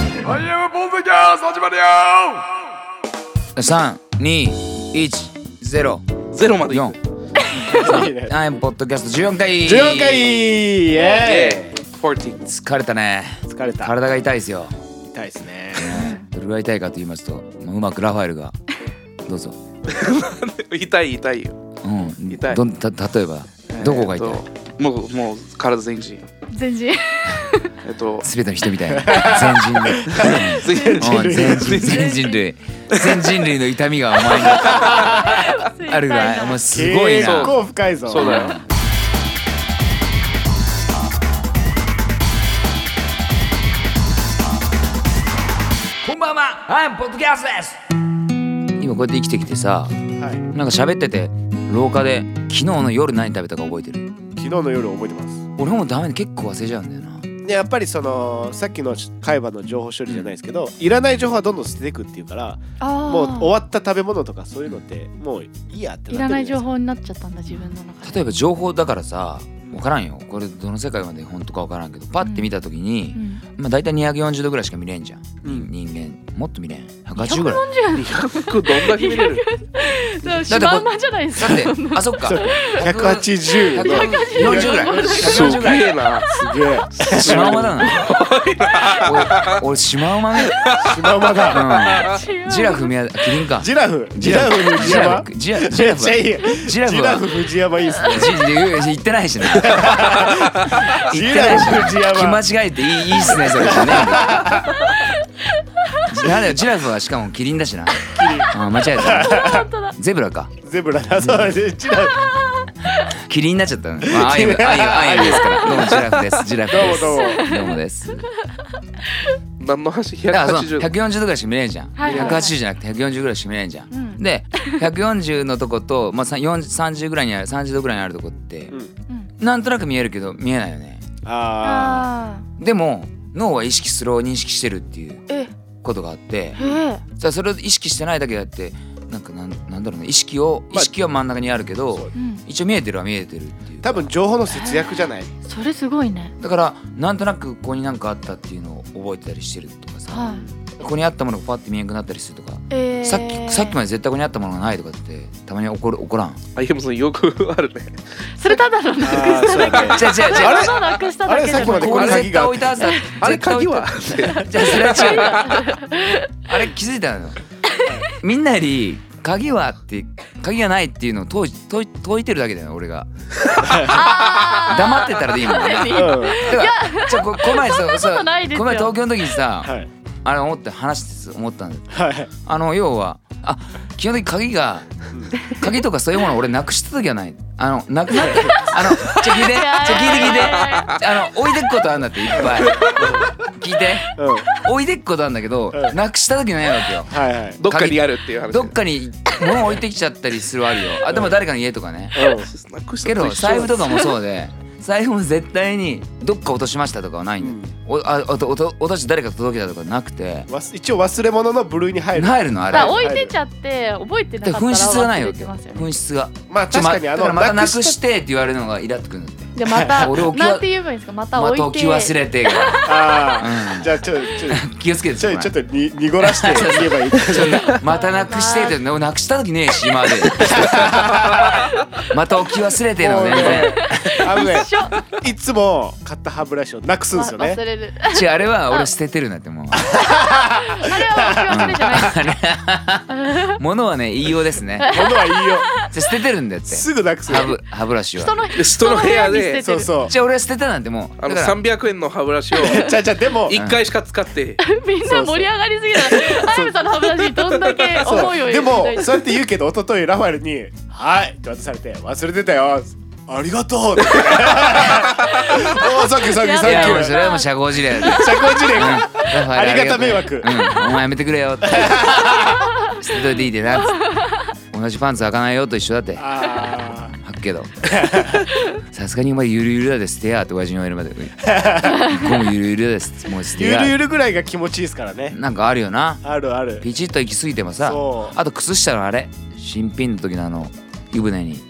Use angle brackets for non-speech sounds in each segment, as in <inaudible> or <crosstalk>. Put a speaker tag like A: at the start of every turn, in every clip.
A: ムポンセキャス始まるよ
B: 三二一ゼロ
C: ゼロまでいく
B: 四。はいポッドキャスト十四回。
C: 十四回イエーイ14
B: 疲れたね。
C: 疲れた
B: 体が痛いですよ。
C: 痛いです
D: <laughs>
C: ね
B: どれぐらい痛いかと言いますと、まあうまくラファエルがどうぞ。
C: 痛い痛いよ
B: うん。
C: 痛い
B: どんた例えばどこが痛い
C: え？ーともうもう体全身
E: 全然
C: えっ
B: <laughs>
C: と
B: すべての人みたいな全
C: <laughs>
B: 人類。
C: 全
B: うん全人全人類全人類の痛みがお前にある
C: <laughs>
B: ぐらいお前すごい
C: そ
B: な
C: う
D: 結構深いぞ
C: そうだよ
B: こんばんははいポッドキャストです今こうやって生きてきてさ
D: はい
B: なんか喋ってて廊下で昨日の夜何食べたか覚えてる
D: 昨日の夜覚えてます
B: 俺もダメで結構忘れちゃうんだよな
D: でやっぱりそのさっきの海馬の情報処理じゃないですけどいらない情報はどんどん捨てていくっていうから
E: あ
D: もう終
E: う
D: わった食べ物とかそういうのってもういいやって
E: い
D: な
E: ら
D: って
E: な
D: る
E: い
D: じゃない
E: 情
D: で
E: 報になっちゃったんだ自分の中で
B: 例えば情報だからさ分からんよこれどの世界まで本当か分からんけどパッて見た時に、
E: うん
B: まあ大体240度ぐらいしか見れんじゃん、
C: うん
B: 人間もっと見れん180ぐらい
C: どんだけ見れる
E: だシマウマじゃないです
B: だ
E: か
B: ってあそっか
D: すか180の
B: 140ぐらい
C: す
B: 140ぐらい
C: げえな
D: すげえ
B: シマウマだな俺俺シマウマね、
D: シマウマだ
E: <laughs>
B: うん、ジラフみやキリンか
D: ジラフジラフ藤
B: ジラ
D: 山
B: フジラジ
D: め
B: ラ
D: っ
B: フ
D: ちゃいい
B: ジラフは
D: ジラフ藤山いいっすね
B: ジジ言ってないしね
D: ジラフ藤
B: 気
D: 山
B: 間違えていいいいっすねそれねなんだよジラフはしかもキリンだしなキリンあ間違えたゼブラか
D: ゼブラだそうだねジラフ
B: キリンになっちゃったのまあアイムアイムアイムですからどうもジラフですジラフです
D: どうもど
B: どうもですだか
C: 何の話
B: らその
C: 180
B: 140度ぐらいしか見れないじゃん
E: はいはいはい
B: 180じゃなくて140ぐらいしか見れないじゃん
E: うん
B: で140のとこと、まあ、さん40 30ぐらいにある30度ぐらいにあるとこって、
E: うん
B: なんとなく見えるけど見えないよね
D: あ
E: あ
B: でも脳は意識するを認識してるっていう
E: ーえ
B: ことがあって
E: えー
B: さあそれを意識してないだけだってなんかなんなんだろうね意識を意
D: まあ
B: 識は真ん中にあるけど、
D: そう
E: うん
B: 一応見えてるは見えてるっていう
D: ー多分情報の節約じゃない
E: それすごいね
B: だからなんとなくここになんかあったっていうのを覚えてたりしてるとかさ、
E: はい
B: ここにあったものがパッて見えなくなったりするとか、
E: えー
B: さっきさっきまで絶対ここにあったものがないとかってたまに起こる起こらん
C: あいやもうそれよくあるね
E: それただのなく
D: あーそ
E: した
D: う
E: だ
D: だ <laughs>
E: け
D: ね
B: じゃじゃじ
D: あ
B: ゃ
D: れ
E: ただのなくしただけじゃ
D: あれさっきまで
B: ここに
D: れ
B: 絶対置いてあった
C: あれ
B: 絶対
C: 鍵
B: 置いて
C: は
B: あった <laughs> じゃあそれは違うあれ気づいたのみんなより鍵はって鍵がないっていうのを解い解い解いてるだけだよ俺が黙ってたらでいいもんね
D: うんは
B: だからちょここの前そ
E: そんなことないですよ
B: この前東京の時にさ、
D: い
B: あれ思って話してて思ったんだよ
D: はい
B: あの要はあ基本的に鍵が鍵とかそういうものを俺なくした時はないあのなくなったあのちょ聞いてちょ聞いて聞いてあの置いてくことあるんだっていっぱい聞いて
D: うんはい
B: 置いてくことあるんだけど
D: うん
B: なくした時ないわけよ
D: はい
C: どっかにあるっていう話
B: どっかに物置いてきちゃったりするわけよあでも誰かの家とかね
D: うん
C: なくした
B: けど
C: と一緒だ
B: 財布とかもそうで財布も絶対にどっか落としましたとかはないんだよ、おあおとおと落として誰か届けたとかなくて
D: 忘一応忘れ物の部類に入る
B: 入るのあれ
E: だから置いてちゃって覚えてな
B: で
E: かったら
B: 紛失がない
E: 忘
B: わ
E: れ
B: け
E: て
B: よ
E: ますよね
B: 紛失が
D: まあ確かに
B: ちょ
D: あ
B: だか
D: の
B: らまたなくしてって言われるのがイラっとくるんだって
E: じゃあまた
B: 俺置きは
E: なんて言えばいいんですかまた
B: ま
E: 置い
B: た
E: て
B: 置き忘れてが
D: あ
B: う
D: あ
B: ん
D: じゃあちょちょ
B: <laughs> 気をつけて
D: ちょ
B: お前
D: ちょっとに濁ら
B: <laughs>
D: して言えばいいか
B: またなくしてってでも <laughs> なくした時ねえし今まで <laughs> また置き忘れての全然
D: あのね
E: 一緒
D: いつも買った歯ブラシをなくすんですよ
E: 忘
D: ね
E: れる
B: 違うあれは俺捨ててるなってもう
E: あれは置き忘れじゃないです
B: 物はね言いようですね
D: <laughs> 物はいいよ
B: じゃ捨ててるんだって
D: すぐなくすよ
B: 歯ブ歯ブラシは
E: 人の
C: で人の部屋で
D: そう
E: 人の部屋に捨ててる
B: <laughs>
D: そう
B: じゃあ俺は捨てたなんてもう
C: あの
B: だから
C: 300円の歯ブラシを
D: じゃあじゃあでも
C: 1回しか使って
E: みんな盛り上がりすぎたあゆむさんの歯ブラシどんだけ
D: そう
E: 思いを抱いて
D: でもそうやって言うけど一昨日ラファエルに「はい」って渡されて「忘れてたよ」ありが
B: <laughs>
D: とうっておーさっきさっきさっき
B: いやもうそ
D: 社
B: れはもう社交辞令
D: <laughs>
B: だよ
D: 交辞令
B: うん
D: がありがた迷惑
B: うん、お前やめてくれよ
D: <laughs>
B: って捨てといていいでなっつって同じパンツ履かないよと一緒だって
D: あ
B: 履くけ
D: <laughs>
B: どさすがにお前ゆるゆるだで捨てやって親父に言われ
D: <laughs>
B: るまでこれもゆるゆるですもう捨
D: ー
B: て
D: ゆるゆ
B: や
D: るぐらいが気持ちいいですからね
B: なんかあるよな
D: あるある
B: ピチッと行き過ぎてもさ
D: そう
B: あと靴下のあれ新品の時のあの湯船に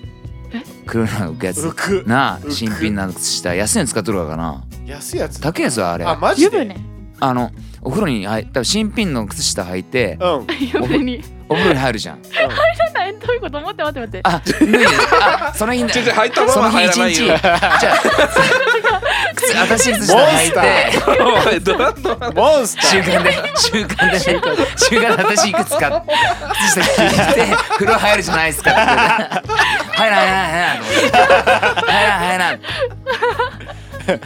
B: 黒いのが浮くやつ
D: 浮く
B: なあ
D: 浮く
B: 新品のあの靴下安いの使っとるからかな
D: 安いやつ
B: 高いやつはあれ
D: あマジ
E: 湯
D: で
E: 船
B: あのお風呂に入った新品の靴下履いて
D: うんうん
E: 嫁に <laughs>
B: お風呂に入るじゃん
E: えどういうこと待って待って待って
C: <laughs>
B: あ脱いであその日
C: ちょちょ入ったま
B: そ
C: ま
B: の日
C: 入ら
B: 一
C: ない
B: 日
C: よ
B: じゃあ靴新しい靴下履いて
C: お前ドラドラ
D: モンス
B: 習
D: タ
B: 慣で習慣で習慣で私いくつか靴下着てきて風呂入るじゃないですかって入らない入らない入らない入らない入らない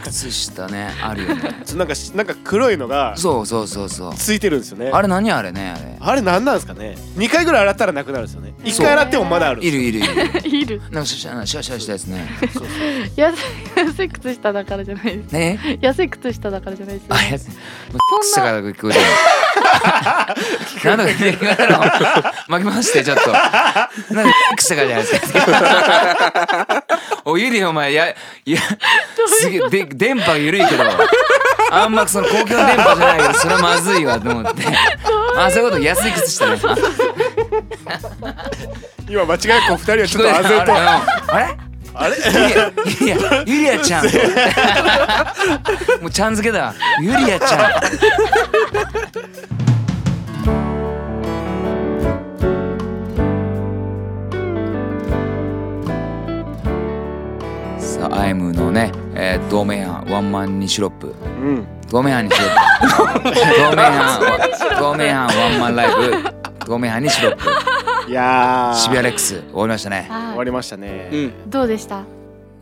B: 靴下ねあるよね
D: ーなんかしなんか黒いのが
B: そうそうそうそう
D: ついてるんですよね
B: あれ何あれねあ
D: あれ何なんですかね2回ぐらい洗ったらなくなるんですよね1回洗ってもまだある
B: れいるいるいる
E: いる
B: なんかシャシャシャシャしたやつね
E: 安い安い靴下だからじゃないです
B: ね
E: 安い靴下だからじゃないですよ
B: あやつ靴下から聞こえてる何だか聞こえたの巻き回してちょっとなんか靴下からじゃないですかおゆりお前やいやすげえで電波緩いけどあんまその公共の電波じゃないけどそれはまずいわと思ってあそういうこと安い靴下ねあ
D: 今間違いなくお二人はち
B: 聞
D: ょ
B: こえ
D: っと
B: た
D: あぜんと
B: あれ
D: あれ
B: ゆりやゆりやちゃんもうちゃん付けだゆりやちゃんさあアイムのね、えー、透明版ワンマンにシロップ
D: うん
B: 透明版にシロップ透明版透明版ワンマンライブ透明版にシロップ
D: いやー
B: 渋谷レックス終わりましたね
D: 終
E: あ
D: わりましたね
C: うん
E: どうでした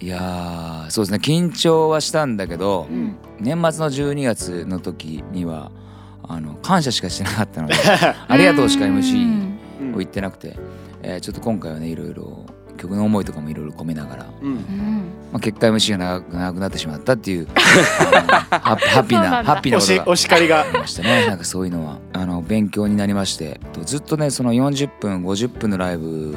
B: いやーそうですね緊張はしたんだけど、
E: ん
B: 年末の12月の時にはあの感謝しかしてなかったのでありがとうしか MC
D: うん
B: を言ってなくて、えーちょっと今回はねいろいろ曲の思いとかもいろいろ込めながら、ま
D: うん
B: あ、結果 MC が長く長くなってしまったっていうあのハッハッピー
E: そうな
B: なん
E: だ
B: ハッピーな
D: お
B: こと
D: し
B: が
D: お叱りが
B: ありましたねなんかそういうのはあの勉強になりましてとずっとねその40分50分のライブ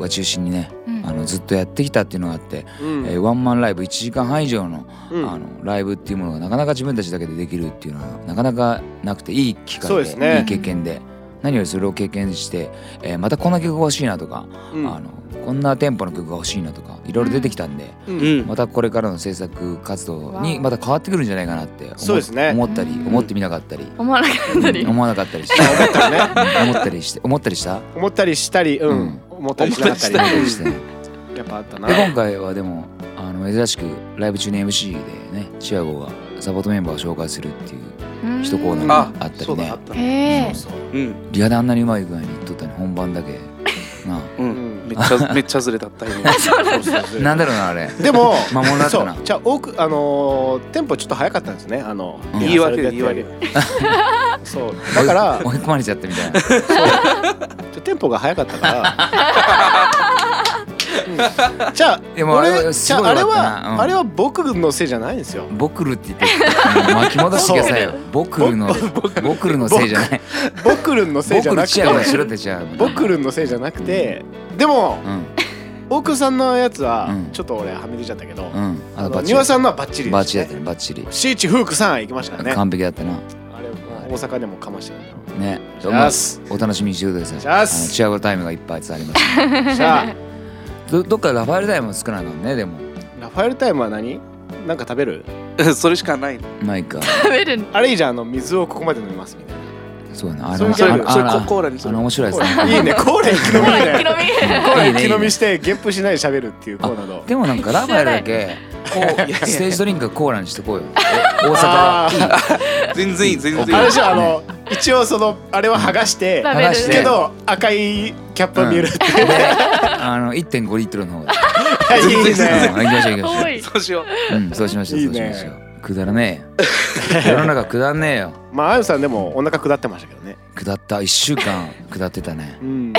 B: が中心にね
E: うん
B: あのずっとやってきたっていうのがあって、
D: うん
B: えーワンマンライブ1時間半以上の,、
D: うん
B: あのライブっていうものがなかなか自分たちだけでできるっていうのはなかなかなくていい機
D: そ
B: 会
D: うで
B: です
D: ね
B: いい経験で何よりそれを経験して、えーまたこんな曲が欲しいなとか、
D: うん
B: あのこんなテンポの曲が欲しいなとかいろいろ出てきたんで、
C: うん
B: またこれからの制作活動に
E: わあ
B: また変わってくるんじゃないかなって思,、
D: そうですね
B: 思ったり
E: うん
B: 思ってみなかったり、
E: 思わなかったり
B: うん思わなかったりして
D: <laughs> 思ったりね
B: うん思ったりして思ったりした
D: 思ったりしたりう
B: うんん
D: 思ったりしなかったり
B: 思ったりして。
D: やっぱあったな
B: で今回はでもあの珍しくライブ中に MC でねチアゴがサポートメンバーを紹介するっていう一コーナーがあった
D: そ
B: り
D: うだあ
B: ね
D: ったね
E: へえ
D: そうそう
C: うん
B: リアであんなにうまい具合に言っとったのに本番だけな
C: う
D: うんん
C: めっちゃめっちゃずれだった今
D: <laughs> そうそうそ
B: あ
D: う
B: なんだろうな
D: <laughs>
B: あれ <laughs>
D: でも、
B: 魔物だったな
D: そう、じゃあ、奥、あのー、テンポちょっと早かったんですね、あの。
B: うん
D: リハーサルでやってる。 <laughs> そう、だ
B: <laughs>
D: から、
B: 追い込まれちゃったみ
D: <laughs>
B: たいな
D: そうテンポが早かった
B: <laughs>
D: から。うんじゃあ、
B: でもあれは
D: 俺じ
B: す
D: ゃ
B: ごい
D: あ、あれ
B: 良かったなう
D: は、
B: ん
D: あれは僕のせいじゃないんですよ。
B: ボクルって言ってうん巻き戻してくださいよボクルのボクルのせいじゃない
D: 僕るんのせ
B: ボ
D: いじゃ
B: クル
D: なく。
B: チアゴがしろっててじゃあ
D: 僕るんのせいじゃなくて、でも、
B: うん
D: 奥さんのやつは
B: う、ん
D: ちょっと俺はみ出ちゃったけど
B: う。んあ
D: あ
B: の
D: の
B: バッ
D: 丹羽
B: チ
D: さんのはバッチ
B: リ
D: リ。
B: バッチリだ
D: で
B: った
D: すね
B: ねバッチリ
D: シーチフークさん行きましたからね。
B: 完璧だったな
D: あれ、大阪でもかましてるんだろう。
B: ね
D: じゃあす
B: お楽しみにしてください
D: じゃあす
B: あのチアゴタイムがいっぱいあります
D: じゃあ
B: どどっかラファエルタイム少ないもんねでも
D: ラファエルタイムは何なんか食べる
C: <laughs> それしかない
B: まあいいか
E: 食べるん
D: あれいいじゃんあの水をここまで飲みますみたい
B: そうだなあ
D: そ
B: の
D: れ
B: あ
D: じゃあ
B: の
C: それ
B: あの
C: コーラにする
B: あの面白いですね
D: な。いいね、コーラ一気飲み
E: ほら
D: ね。
E: 黒身
D: コーラ
B: いいね
D: 一気飲みして、ゲップしないで喋るっていうコーナーの。
B: でもなんかラファエルだけこ
C: いや
B: うステージドリンクコーラにしてこうよえ大阪は
C: 全然いい全
D: あ
C: 然い
D: れ
C: い
D: じゃあの、一応その、あれは剥がして、
E: 食
B: べる
D: けど、赤いキャップは見えるって
B: いいであの1.5リットルの方で
D: いう。いいね。
B: うん行きましょう行きましょ
E: 重い
C: そうしよ
B: ううんそうしましょう
D: いい
B: そう
D: ね
B: しましょうくだらねえよ世の中くだんねえよ
D: まあ、あゆさんでもお腹下ってましたけどね。
B: 下った1週間下ってたね
D: うん。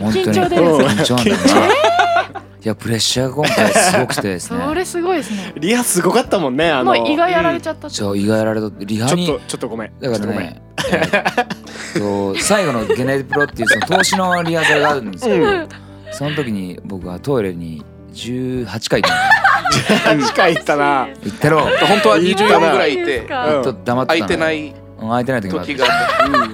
B: 本当に
E: 緊張です
B: 緊張なんだよないやプレッシャーが今回すごくてです
E: <laughs> そ
B: ね
E: れすごいですね
D: リハすごかったもんね、あ
E: も
D: の。
E: う
D: ち
E: 胃
D: ょ
E: がやられちゃったって
B: そう意外やられとってリハ
D: っ
B: に
D: と、ちょっとごめん。
B: だか
D: ちょ
B: ら
D: っとごめん。
B: ね、えーっと最後のゲネプロっていうその投資のリハーサルがあるんですけど、
D: うん
B: その時に僕はトイレに18回行っ
D: 8回行ったな。
B: た行ってろ。
C: う本当は24
D: いいかな
C: ぐらいいて
E: いいですか
D: うん
B: ちょっと黙っ
C: 空
B: てた
C: い
B: の。
C: てないい
B: うん空いてない時もあっ
C: 時
B: て。
C: があっ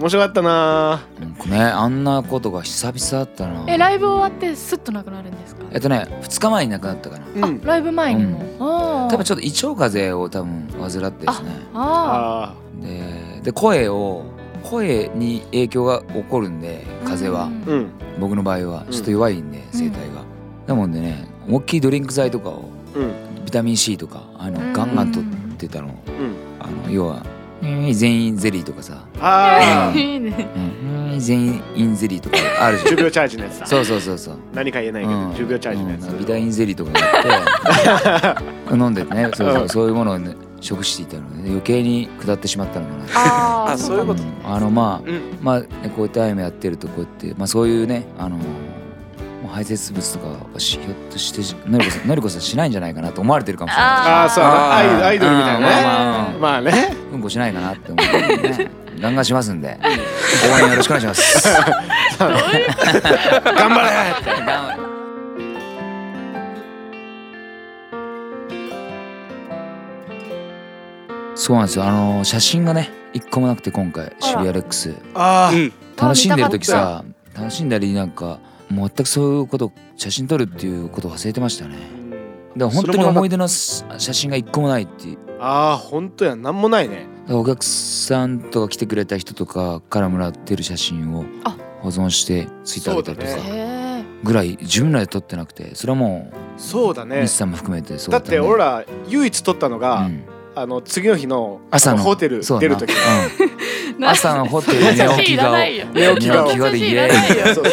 D: 面白かったな
B: なんかねあんなことが久々だったな
E: えライブ終わってスッとなくなるんですか
B: えっとね2日前に亡くなったかな
D: うん
E: ライブ前にも、ああ
B: 多分ちょっと胃腸風邪を多分患ってですね
E: あ
D: あ
B: でで声を声に影響が起こるんで
E: あ
B: 風邪は、
D: ー
E: <laughs>
D: うん
B: 僕の場合は
D: うん
B: ちょっと弱いんで、声帯がなもんでね思いっきりドリンク剤とかを
D: うん
B: ビタミン C とかあの、
E: うん
B: ガンガン取ってたの
D: うん
B: あの要はうん全員ゼリーとかさ、<laughs>
D: あ
B: ー
E: いいね
B: うんうん全員ゼリーとかあるじ
D: あ10
B: ゃん
D: 秒チャージのやつだ
B: そうそうそうそう
D: 何か言えないけど10秒チャージのやつ
B: うんビタミンゼリーとかやって
D: <laughs>
B: 飲んでねそうそうそういうものを、ね、食していたので、余計に下ってしまったのかな
E: ああ
C: あそういうこと
B: んあのまあ、
C: うん
B: まあねこういったアイムやってるとこうやって、まあ、そういうねあのもう排泄物とかはしひょっとしてしのりこさんのりこさんしないんじゃないかなと思われてるかもしれない
D: ああそう
C: あ
D: アイ
C: ー
D: ドアイドルみたい
B: うん
D: なね
B: まあまあまあ
D: まあね
B: うんこしないかなって思って、ね、ガンガンしますんで応援よろしくお願いします。
D: 頑張れ
B: そうなんですよあの写真がね一個もなくて今回渋谷レックス
D: あ
C: うん
B: 楽しんでる時さ楽しんだりなんかもう全くそういうこと写真撮るっていうことを忘れてましたねでも本当に思い出の写真が一個もないっていう
D: あああ本当やなんもないね
B: だからお客さんとか来てくれた人とかからもらってる写真を
E: あ
B: 保存してツイッター上げたりと
D: そうだ
B: か
D: ね
E: へえ
B: ぐらい自分らで撮ってなくてそれはも
D: そうだ
B: う
D: ね
B: 西さんも含めてそう
D: だ
B: だ
D: って俺ら唯一撮ったの
B: ら
D: があの次の日の
B: 朝の
D: あホテル
B: そう
D: 出
B: だな
D: る時
B: うん、朝のホテル
E: <laughs>
B: に寝起き顔
E: 優しいいら
D: ないよ
B: 寝起き顔寝
D: 寝
B: 起き顔で
E: 優し
B: イ
E: いい
B: エー
E: ら
B: イ
E: ないよ
D: そうそう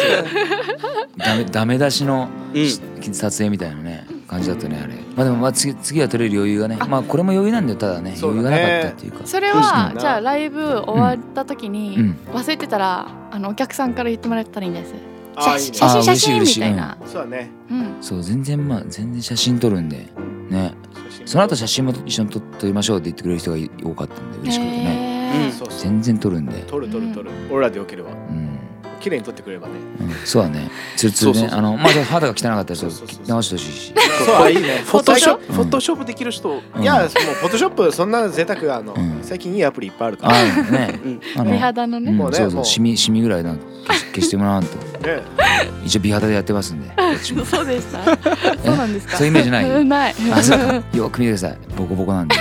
B: ダメダメ出しの
C: うん
B: 撮影みたいなね感じだったねあれまあでもまあ次次は取れる余裕がねまあこれも余裕なんだよただね
D: そう
B: 余
D: だ
B: 裕
D: ね
B: がなかったっていうか
E: それ
D: う
E: は
D: ん
E: じゃあライブ終わった時に
B: うん
E: 忘れてたらあのお客さんから言ってもらったらいいんです
D: ああい
E: 写
D: いね
E: 真
B: あ
E: 写真写
B: 嬉しい
E: 真み
B: 嬉しい
E: たいな
D: そうだね
E: うん
B: そう全然まあ全然写真撮るんでねその後写真も一緒に撮撮りましょうって言ってくれる人が多かったんで嬉しくてね
E: へえ
D: そうそう
B: 全然撮るんで
D: 撮る撮る撮る俺らでよければ
B: うん、
D: 綺麗に撮ってくれればね
B: うん、そうだねツルツル
C: そうそ
B: ね
C: うそう
B: あのまあ肌が汚かったらちょっ
D: そうそうそう
B: と直してほしい
D: <laughs>
B: し
D: そうあいいね
C: フォトショッ
B: フォトショッ
C: プ
B: プ
C: フォトショップできる人
B: うん
D: いやもうフォトショップそんな贅沢あの
B: うん
D: 最近いいアプリいっぱいあるか
B: ああね
C: うん
B: あ
E: 美肌のね
D: もう
B: うん、
D: ね
B: そうそう
D: もう
B: シミシミぐらいなんか消し消してもらわんと
D: らね
B: 一応美肌でやってますんで私も
E: <laughs> そうでしたそうなんですか
B: そういうイメージない
E: うん <laughs> ない
B: あそうかよく見てくださいボコボコなんで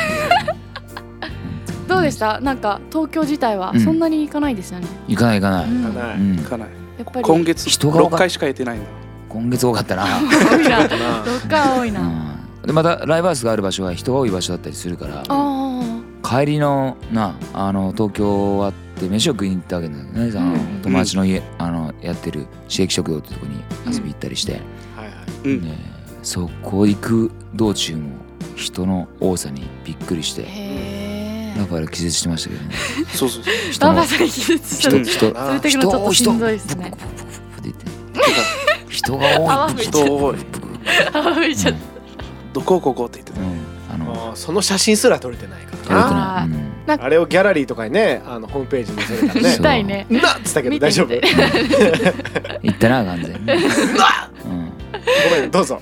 E: どうでしたなんか東京自体は
B: うん
E: そんなに行かないですよね
B: 行かない行かな
E: う
B: い、
E: ん
D: 行か
E: や
D: な
B: う
D: い
B: ん、
C: 行かない
E: っぱり
C: 今月
B: 人が多か
C: 6回しかやってないんだ
B: 今月多かったな、
E: 多いな <laughs>
D: かな
E: どっか多いな
B: うん、でまたライブハウスがある場所は人が多い場所だったりするから
E: あ
B: 帰りのなあの東京終わって飯を食いに行ったわけなんだよね、あ
E: う
B: の友達の家、あのやってる刺激食堂ってとこに遊び行ったりして、
D: はいはい
C: うん
B: ねそこ行く道中も人の多さにびっくりし
E: あ
B: て
E: へえ
B: だから気絶してましたけどね
C: そうそうそう
B: 人
E: バン
B: の
E: バさん気絶し
B: 人
E: た
B: 人
E: の
B: 人
D: あ
E: 連れてくのちょっとしんどいですね
B: 人が多い
E: <laughs>
C: 人多い
E: あ吹いちゃっ <laughs>
C: どこここって言ってた
B: うんあの
D: もうその写真すら撮れてないか
B: や
D: ら
B: る
D: な
B: な
D: あれをギャラリーとかにねあのホームページに載せ
E: た
D: る
E: 見
D: か
E: たいね
D: らねなっつったけど大丈夫
E: 見
D: ご
E: て見
B: 行った
E: <laughs>
B: な完全にうん
D: めんどうぞ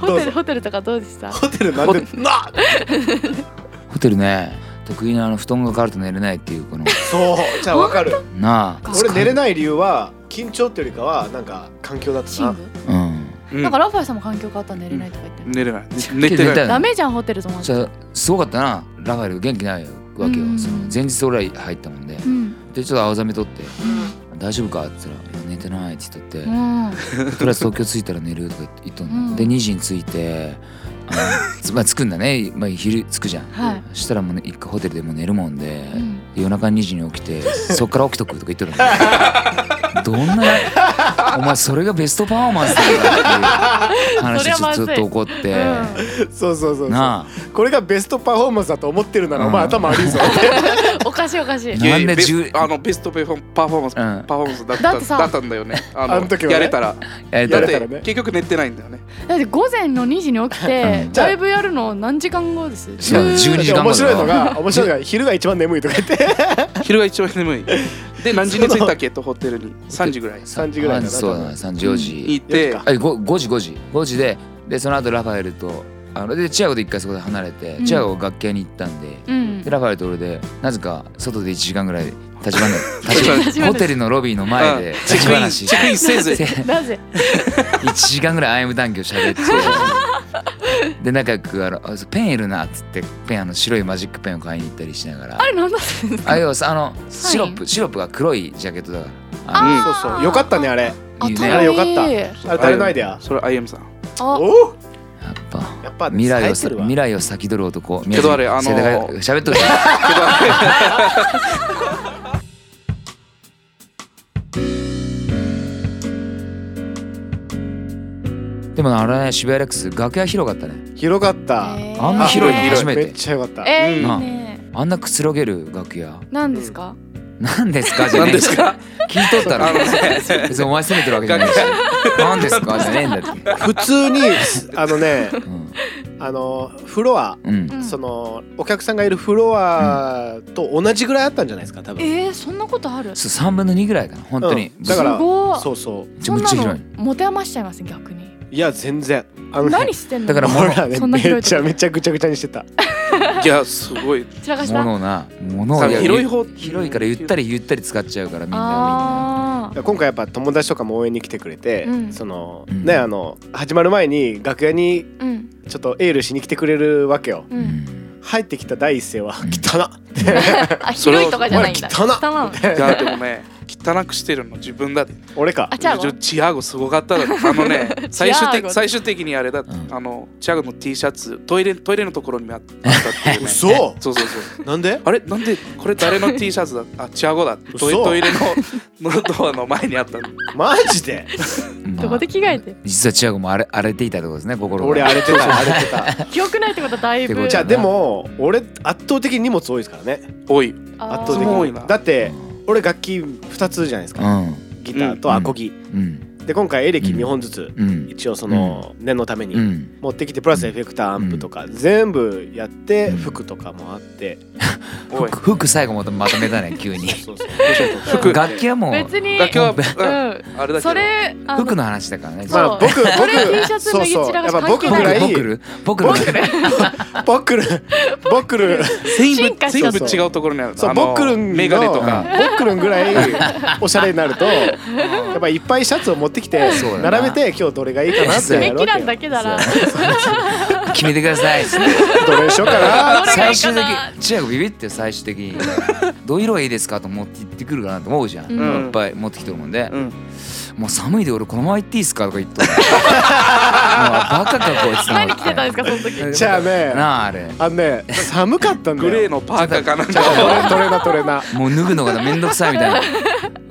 E: ホテルホテルとかどうでした
D: ホテルなんでなっ
B: ホテルね得意なあの布団が変わると寝れないっていうこの
D: そうじゃあわかる
B: なあ
D: 俺寝れ
B: ない
D: ない理由は緊張っていうよりかはなんか環境だった
E: 寝
D: な
E: 具
B: うん
C: うん
E: なんかラファエさんも環境変わったら寝れないとか言ってる、
C: 寝れない寝てない
E: ダメじゃんホテルと思っ
B: じ
E: て
B: ゃすごかったなラファエル元気ないわけよ
E: うん
B: その前日俺ら入ったもんで
E: うん
B: でちょっと青ざめとって「大丈夫か?」って言ったらいや「寝てない」って言っとって
E: うん
B: とりあえず東京着いたら寝るとか言っとんの、
E: うん
B: で2時に着いてあのつまあ着くんだね、まあ、昼着くじゃん、
E: はい
B: そしたらもうね一回ホテルでもう寝るもんで、
E: うん
B: 夜中2時に起き
E: <laughs>
B: てそっから起きとくとか言っとるんだよどんなお前それがベストパフォーマンスだよっていう話でちょちょ
E: それはまずい
B: っと怒って、
D: そうそうそうそう
B: なあ
D: これがベストパフォーマンスだと思ってるならお前
B: うん
D: 頭悪いぞ
E: おかしいおかしい
B: いやなんで十
C: ベスあのベストパフォーパフォーマンス、
B: うん
C: パフォーマンスだった
E: だってさ
C: だったんだよね。あ
D: あの時はね
C: やれたら
B: やれた
C: だっ
B: ら
D: れたら
C: て
D: ね
C: 結局寝てないんだよね。
E: だって午前の2時に起きて
B: うん
E: ライブやるの何時間後です
B: そう
E: 10
B: 12時間後
D: 面白いのが面白いのが昼が一番眠いとか言って
C: 昼が一番眠い。で何時に着いたっけとホテルに三時ぐらい
D: 3時ぐらいだな
B: そうだな3時4時、
C: 行って
D: 四時か
B: あご5時5時5時ででその後ラファエルとあのでチアゴと一回そこで離れて、
E: うん
B: チアゴが楽器屋に行ったんで
E: うん
B: でラファエルと俺でなぜか外で1時間ぐらい立ち話
C: <laughs> ち話
B: 立ちホテルのロビーの前で
C: チェッ
B: 立ち
C: クイン
B: 話
C: チェックインせず
B: <laughs>
E: なぜ
B: 1時間ぐらいアイム談義をしゃべってで仲良くあのあそうペンいるなっつってペンあの白いマジックペンを買いに行ったりしながら
E: あれなんだったんですか
B: あ要はさあのシロップシロップが黒いジャケットだからあ
D: う
E: あ
D: んそうそうよかったねあれ
B: いいね
E: 頭
D: あれよかった
E: いい
D: あれ誰のアイデア
C: それ IM さん
E: あ
D: おお
B: やっぱ
A: やっぱ
B: 未来
A: 冴え
B: を
A: て
B: さ
A: るわ
B: 未来を先取る男
C: けどあれあのー
B: 宮崎世田谷喋っとくよ <laughs> でもねあれね渋谷レックス楽屋広かったね
D: 広かった
E: えー
B: あんな広いの初め
D: めってちゃよかった
E: えー、い
B: うん
E: いね
B: あんなくつろげる楽屋
E: 何ですか
B: なんです <laughs> かじゃ
C: 何
B: ねえ
C: ですか
B: 聞いとったら
C: あのね
B: 別にお前責めてるわけじゃないしなんですかじゃねえんだ
C: <laughs>
B: って
D: 普通にあのね <laughs>
B: うん
D: あのフロア
B: うん
E: うん
D: そのお客さんがいるフロアと同じぐらいあったんじゃないですか多分
E: えー、そんなことあるす
B: そう3分の2ぐらいかな本当に
D: うんだから
E: ごい
D: そうそう
B: ちょ
E: そ
B: めっ
E: ん
B: ちゃ
E: な
B: 広
E: の
B: い
E: 持て余しちゃいますね逆に
D: いや全然あのね <laughs>
E: 何してんの
B: だからも
D: ほらね
E: そんな広
D: め
E: い
D: ち
E: と
D: ゃ
E: こ
D: めちゃぐちゃぐちゃにしてた
C: <laughs> いやすごい
E: 散らかした
B: 物をな物
C: さ
B: を
C: あ
B: いや
C: 広い方
B: 広いからゆったりゆったり使っちゃうからみんな
E: あー
D: 今回やっぱ友達とかも応援に来てくれて、
E: うん
D: その
B: うん
D: ねあの始まる前に楽屋に
E: うん
D: ちょっとエールしに来てくれるわけよ
E: う
B: みん
E: ん
B: なうん
D: 入ってきた第一声は
B: うん
D: 「汚っ!」
E: あ広いとかじゃないんだ
D: それは
E: 汚い
C: いやでもね汚くしてるの自分だって
D: 俺か
E: あチャゴ
C: ちょチアゴすごかっただろあの
E: <laughs>
C: ね最終
E: チアゴ
C: 的最終的にあれだ、
B: ん
C: あのチアゴの T シャツトイレトイレのところにあったっていうねそう
D: <laughs> 嘘
C: そうそう
D: なんで
C: あれなんでこれ誰の T シャツだあチアゴだトイ
D: 嘘
C: トイレののドアの前にあったの
D: マジで
B: まあ
E: どこで着替えて
B: 実はチアゴも荒れ荒れていたところですね心が
D: 俺荒れてた荒れてた
E: <laughs> 記憶ないってことはだい
B: ってこ
E: ぶ
B: と
D: じゃ
B: だ
D: あでも俺圧倒的に荷物多いですからね
C: おい
E: あー
D: 圧倒的
C: すごい
D: に
C: な
D: だって俺楽器2つじゃないです
B: う
D: か
B: ん
D: ギターとアコギ
B: うん
D: で今回エレキ2本ずつ
B: うん
D: 一応その念のため
B: う
D: に
B: ん
D: 持ってきてプラスエフェクターアンプとか全部やって服とかもあって
C: おい
B: 服服最後またまとめたね急に
D: そ
B: <laughs>
D: うそう
C: 服
B: 楽器はもう
E: 別に
C: だけは、うん
E: う
C: あれだけど
E: んそれあの
B: 服の話だからね
E: そう
D: まあ僕僕
E: それ T シャツ脱
D: そう
E: ぎ
D: そう
E: 散ら
D: や
E: か
D: っ
E: し
D: ぱ僕ぐ
E: 関係
D: ら
E: ない
B: 僕る僕る
D: ボックルボックル
C: 全
E: 進化
C: 部
E: し
C: 全
E: た
C: 部違うところにあるの
D: そう
C: あの
D: ボックルンの
C: メガネと
D: ボ
C: か
D: ックルンぐらいおしゃれになるとやっぱいっぱいシャツを持ってきて
B: そうだな
D: 並べて今日どれがいいかなってや
E: ベ
D: るわけ
E: キラン
D: よ
E: だけなら
B: 決めてください
D: どれにしようかな
E: どれがい
B: 最終的
E: いかな
B: にチアゴビビって最終的にどういう色がいいですかと持って行ってくるかなと思うじゃん
E: うん
B: いっぱい持ってきてるもんで
C: うん
B: もう寒いで俺このまま行っていいですかとか言っとるもうバカかこいつ
E: 何着てたんですかその時
D: じゃあね
B: なああれ
D: あのね寒かったんだよ
C: グレーのパーカーかなんか
D: トレナトレナ
B: もう脱ぐのがめんどくさいみたいな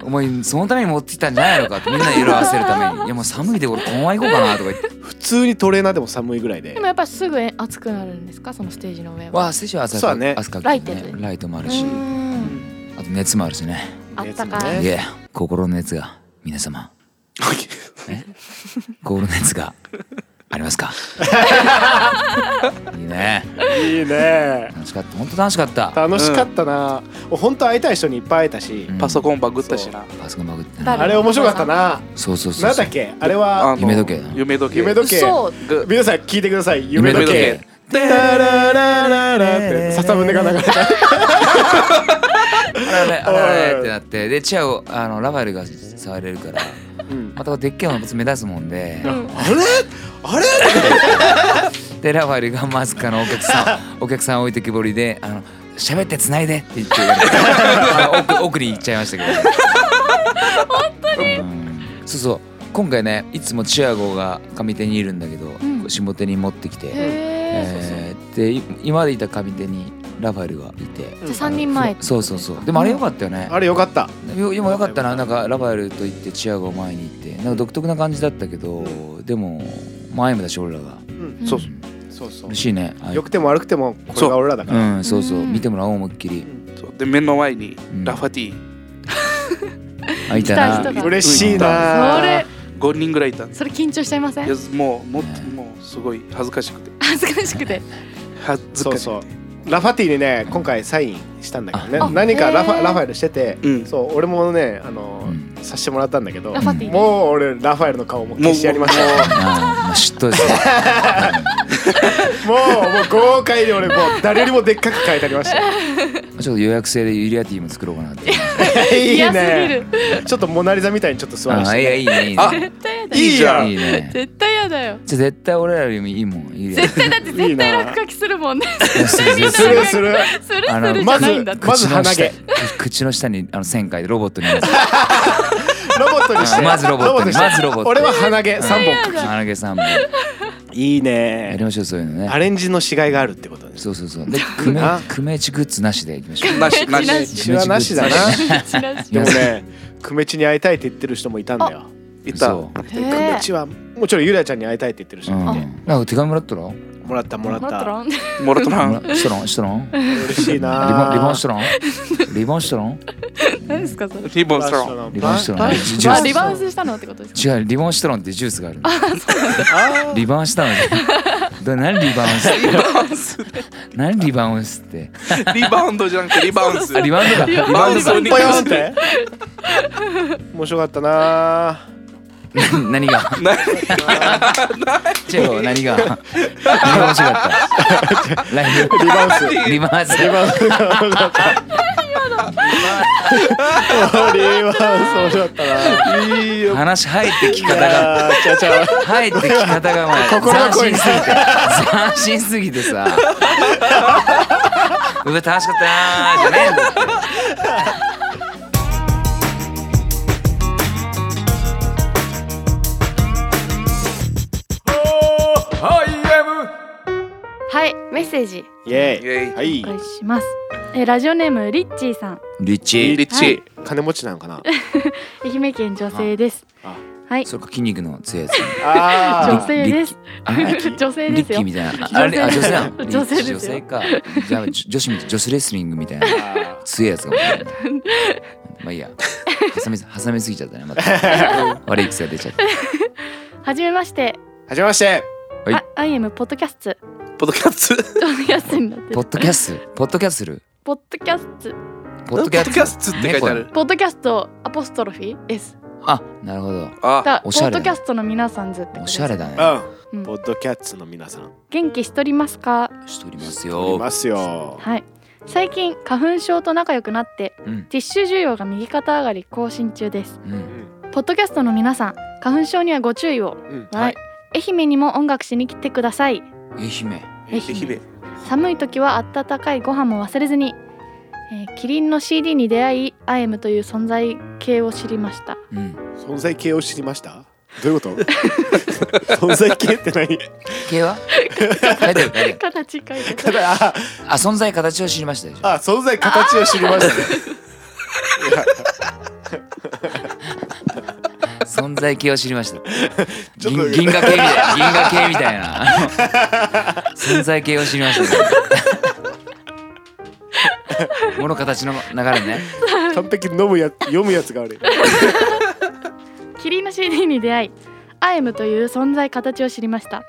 B: お前そのために持ってきたんじゃないのかってみんなに色合わせるためにいやもう寒いで俺このまま行こうかなとか言って
D: 普通にトレーナーでも寒いぐらいで
E: でもやっぱすぐ熱くなるんですかそのステージの上は
B: <laughs> わあ先週は朝
D: そうだね
B: 朝か
E: ライトで
B: ライトもあ
E: う
B: るし
E: ーん
B: あと熱もあるしね
E: あったか
B: い
E: い
B: や心の熱が皆様心の熱がありますかいいね
D: いいね
B: 楽しかった本当楽しかった
D: 楽しかったな本当会いたい人にいっぱい会えたし
B: うん
C: <laughs> パソコンバグったしな
B: パソコンバグって
E: 誰
D: あれ面白かったな
B: そうそうそう
D: なん
B: そ
D: だ
B: う
D: っけあれ
C: あ
D: は
C: の
B: 夢時計だ
C: 夢時計
D: 夢時計
E: そう
C: グ
D: 皆さん聞いてください夢
B: 夢
D: 時
B: 時
D: 計
B: 計
D: タララララって笹胸が流れた
B: あれあれあれってなってでチアをあのラバエルが触れるから
D: うん
B: またでっけえの物目立つもんで
D: あれあれ
B: でラファエルがマスカのお客さんお客さん置いてきぼりで「あの喋って繋いで」って言って言われてあの奥奥に行っちゃいましたけど本当に、そうそう今回ねいつもチアゴが上手にいるんだけど、
E: ん
B: 下手に持ってきて、
E: へえ
B: えーでい今までいた上手にラファエルがいて。
E: じゃあ三人前
B: そうそうそうでもあれよかったよね、
D: あれよかった
B: よ今よかったななんかラバエルと行ってチアゴを前に行ってなんか独特な感じだったけどでも前もだし俺らが
D: うん
E: うん
C: そう
D: そうそう
B: 嬉しいねああいう
D: 良くても悪くてもこれが俺らだから
B: うんそうそう
E: うん
B: 見てもらおう思いっきり
C: そうで目の前に
B: ん
C: ラファティ
B: あいた
E: 来た
B: な
E: 人が
D: 嬉しいな
E: それ
C: 5人ぐらいいたんです
E: それ緊張しちゃいませ
C: い
E: ん
C: やもうもっともうすごい恥ずかしくて
E: 恥ずかしくて
C: 恥ず
D: そう
C: かし
D: そ
C: く
D: う
C: て
D: ラファティにね今回サインしたんだけど
E: あ
D: ね何かラフ
E: へ
D: ァ
E: ー
D: ラファエルしてて
C: うん
D: そう俺もねあの
B: うん
D: させてもらったんだけど
E: ラファティ
D: もう俺ラファエルの顔も消してやりました
B: なあ嫉妬ですね
D: もうもう豪快に俺もう誰よりもでっかく書いてありましたよ
B: ちょっと予約制でユリアティも作ろうかなって
D: いい
E: 嫌すぎ
D: ね
E: る
D: ちょっとモナリザみたいにちょっと座ら
B: あ
D: せ
B: あい
D: て
B: やいいねいい
C: あ
B: ね
E: 絶対やだ
D: いいじゃん
B: いいね
E: 絶対やだよ
B: じゃ絶対俺らよりもいいもんユリアテ
E: 絶対だって
D: いい
E: 絶
D: な
E: 対落書きするもんね <laughs>
B: ィする
D: するする
E: する
B: あ
E: す
B: の
E: るじゃないんだって
D: ま
B: 口
D: ず
B: の
D: 鼻
B: 下
D: 毛
B: 口の下にあの線書いてロボットにやつ
D: ロボットにして
B: あまずロボットに
D: にして
B: まずロボット
D: 俺は鼻毛三本
B: 鼻毛三本
D: いい
B: や
D: ね
B: りましょうそういうのね
A: アレンジのしがいがあるってことです
B: そうそうそうでクメ
A: な
B: クメチグッズなしでいきましょう
C: なしな
E: なし
D: <laughs>
E: な
C: し
D: うち
E: し
D: はなしだな
E: チラシ
D: でもね <laughs> 久米地に会いたいって言ってる人もいたんだよ
C: いた
B: う
E: へ
A: 久米
E: え
A: 地はもちろんゆらちゃんに会いたいって言ってる人
B: うん、
A: もい
B: なんか手紙もらったろ
A: てもらったもらっ
E: もらった
A: た
E: ら
C: もろとら
B: もら
C: ん
B: したろしたろリボン
A: 嬉しいな
B: リボンしたろリボンしたろ
E: 何ですかそれ
C: リボンスロン
A: ン
B: リボンストロン
A: バ
B: ジュース
E: あリバウンスしたのってことですか
B: 違うリボンしたろってジュースがあるの
A: あー
B: リバウンしたのど何リバウンス
C: リバウンス
B: 何リバウンスって
C: リバウンドじゃなくてリバウンス
B: あリバウンドかリバウン
C: リバウンド
D: ぽよんって面白かったな
B: ド何が
C: な
B: チェロ何が面白かったライ
D: リバウンス
B: ブリバウンス
D: リバウンス面白かったリバウンス面白かったないいよ
B: 話入って聞き
D: い
B: 方が
D: やーちゃうちゃう
B: 入って聞き方がもう
D: 心が
B: 斬
D: 濃
B: 新
D: い
B: すぎて斬新すぎてさうわ楽しかったなーじゃねえんだよ
E: はいメッセージ
D: イエ
C: イ
D: ーイ
C: エイ
D: は
E: お願
D: い
E: いしますえラジオネームリッチーさん
B: リッチ
C: リッチ
D: 金持ちなのかな
E: <laughs> 愛媛県女性です
D: あ
E: はい
B: それか筋肉の強いやつ
D: あー
E: 女性です
B: あ
E: <laughs> 女性
B: リ
E: で
B: ッ
E: す
B: キー
E: よ
B: みたいなああれあ女性なの
E: 女性ですよ
B: 女性かじゃあ女子み女子レスリングみたいな
D: あ
B: 強いやつがもいまあいいや挟み挟みすぎちゃったねまた悪い癖が出ちゃった
E: はじめまして
D: ーはじめまして
B: はい
E: あアイエムポッドキャスト
C: ポッドキャスト
E: ポッドキャストになって
B: ポ
E: る
B: ッドキャストポッドキャスル
E: ポッドキャスト
B: ポッドキャス
C: ポッドキャストって書いてある
E: ポッドキャストアポストロフィー S
B: あなるほど
C: あ
E: だポ
B: おしゃれ
E: ッドキャストの皆さんずってこと
B: お
E: です
B: しゃれだ
D: う
B: ね
D: ん
E: うん
D: ポッドキャッツの皆さん
E: 元気しとりますか
B: しております
D: い
B: よ
D: ますよ
E: はい最近花粉症と仲良くなって
B: うん
E: ティッシュ需要が右肩上がり更新中です
B: う
D: うんん
E: ポッドキャストの皆さん花粉症にはご注意を
D: うん
E: はい、愛媛にも音楽しに来てください
B: 愛媛
E: 愛
C: 愛媛
E: 寒い時は温かいご飯も忘れずに、えーキリンの CD に出会いアエムという存在形を知りま <laughs> した
B: うん
D: 存在形を知りましたどういうこと存在形って何
B: 系は <laughs> 書いてある書いてある
E: 形変え
D: かなあ
B: あ存在形を知りましたでしょ
D: <laughs> あ存在形を知りました
B: 存在系を知りました。
D: <laughs> ちょ
B: 銀
D: っと
B: 銀河系
D: <laughs>
B: みたいな銀河系みたいなあの <laughs> 存在系を知りま
D: <laughs>
B: した。物形の流れね。
D: 完璧に飲むや読むやつがある
E: キリンの CD に出会いアエムという存在形を知りました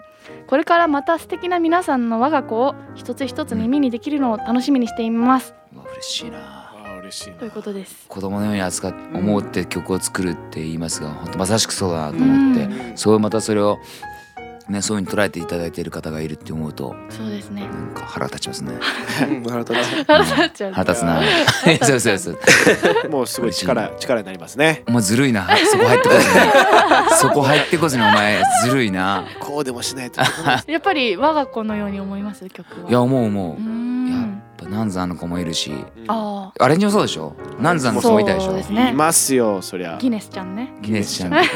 E: これからまた素敵な皆さんの我が子を一つ一つ耳にできるのを楽しみにしています、
B: うわ嬉しいな。
D: あ嬉しい
E: ということです
B: 子供のように扱って思って曲を作るって言いますが、本当まさしくそうだなと
E: う
B: 思って、
E: ん
B: そうまたそれをねそういうふうに捉えていただいている方がいるって思うと
E: そうですね
B: なんか腹立ち
D: <laughs>
B: ますね。
C: うん腹立つ
E: 腹立っちゃう
B: 腹立つな。いやそうそうそう。
D: もうすごい力力になりますね
B: お前ずるいな。そこ入っ
E: <laughs>
B: てこずに。そこ入ってこずにお前ずるいな。
D: こうでもしないと
E: <laughs> やっぱり我が子のように思います曲はい
B: や思う思う
E: うー。
B: や
E: ん
B: っぱ南山の子もいるし
E: あ
B: アレンジもそうでしょ南山の子もいたでし
E: そう
B: ょ
E: ですね
D: いますよそりゃ
E: あギネスちゃんね
B: ギネスちゃんとかさ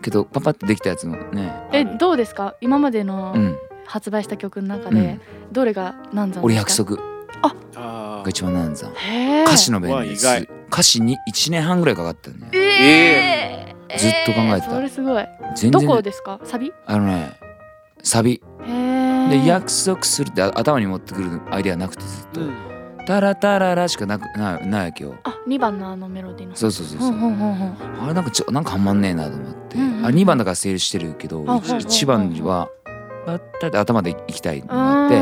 B: けどパパってできたやつもね
E: えどうですか今までの
B: うん
E: 発売した曲の中
B: う
E: で
B: ん
E: どれが何山
B: 俺
E: です
B: 約
E: か
B: 束
D: あ
B: が一番南山
E: へえ
B: 歌詞の勉強で
D: うわ意
B: す歌詞に1年半ぐらいかかったね
E: ええ
B: えずっと考えてた
E: それすごい
B: 全
E: どこ
B: 然
E: ですかサビ
B: あのねサビ
E: へえ
B: で約束するってあ頭に持ってくるアイデアなくてずっとタラタララしかなくないないわけよ
E: あ二番のあのメロディーの
B: そうそうそう
E: ほ
B: そ
E: んほん
B: う
E: ほんほん
B: あれなんかちょなんかはまんねえなと思って、
E: うんうん
B: あ2番だからセールしてるけど
E: あはいはい
B: 1番は「バッタ」って頭でいきたいのがあって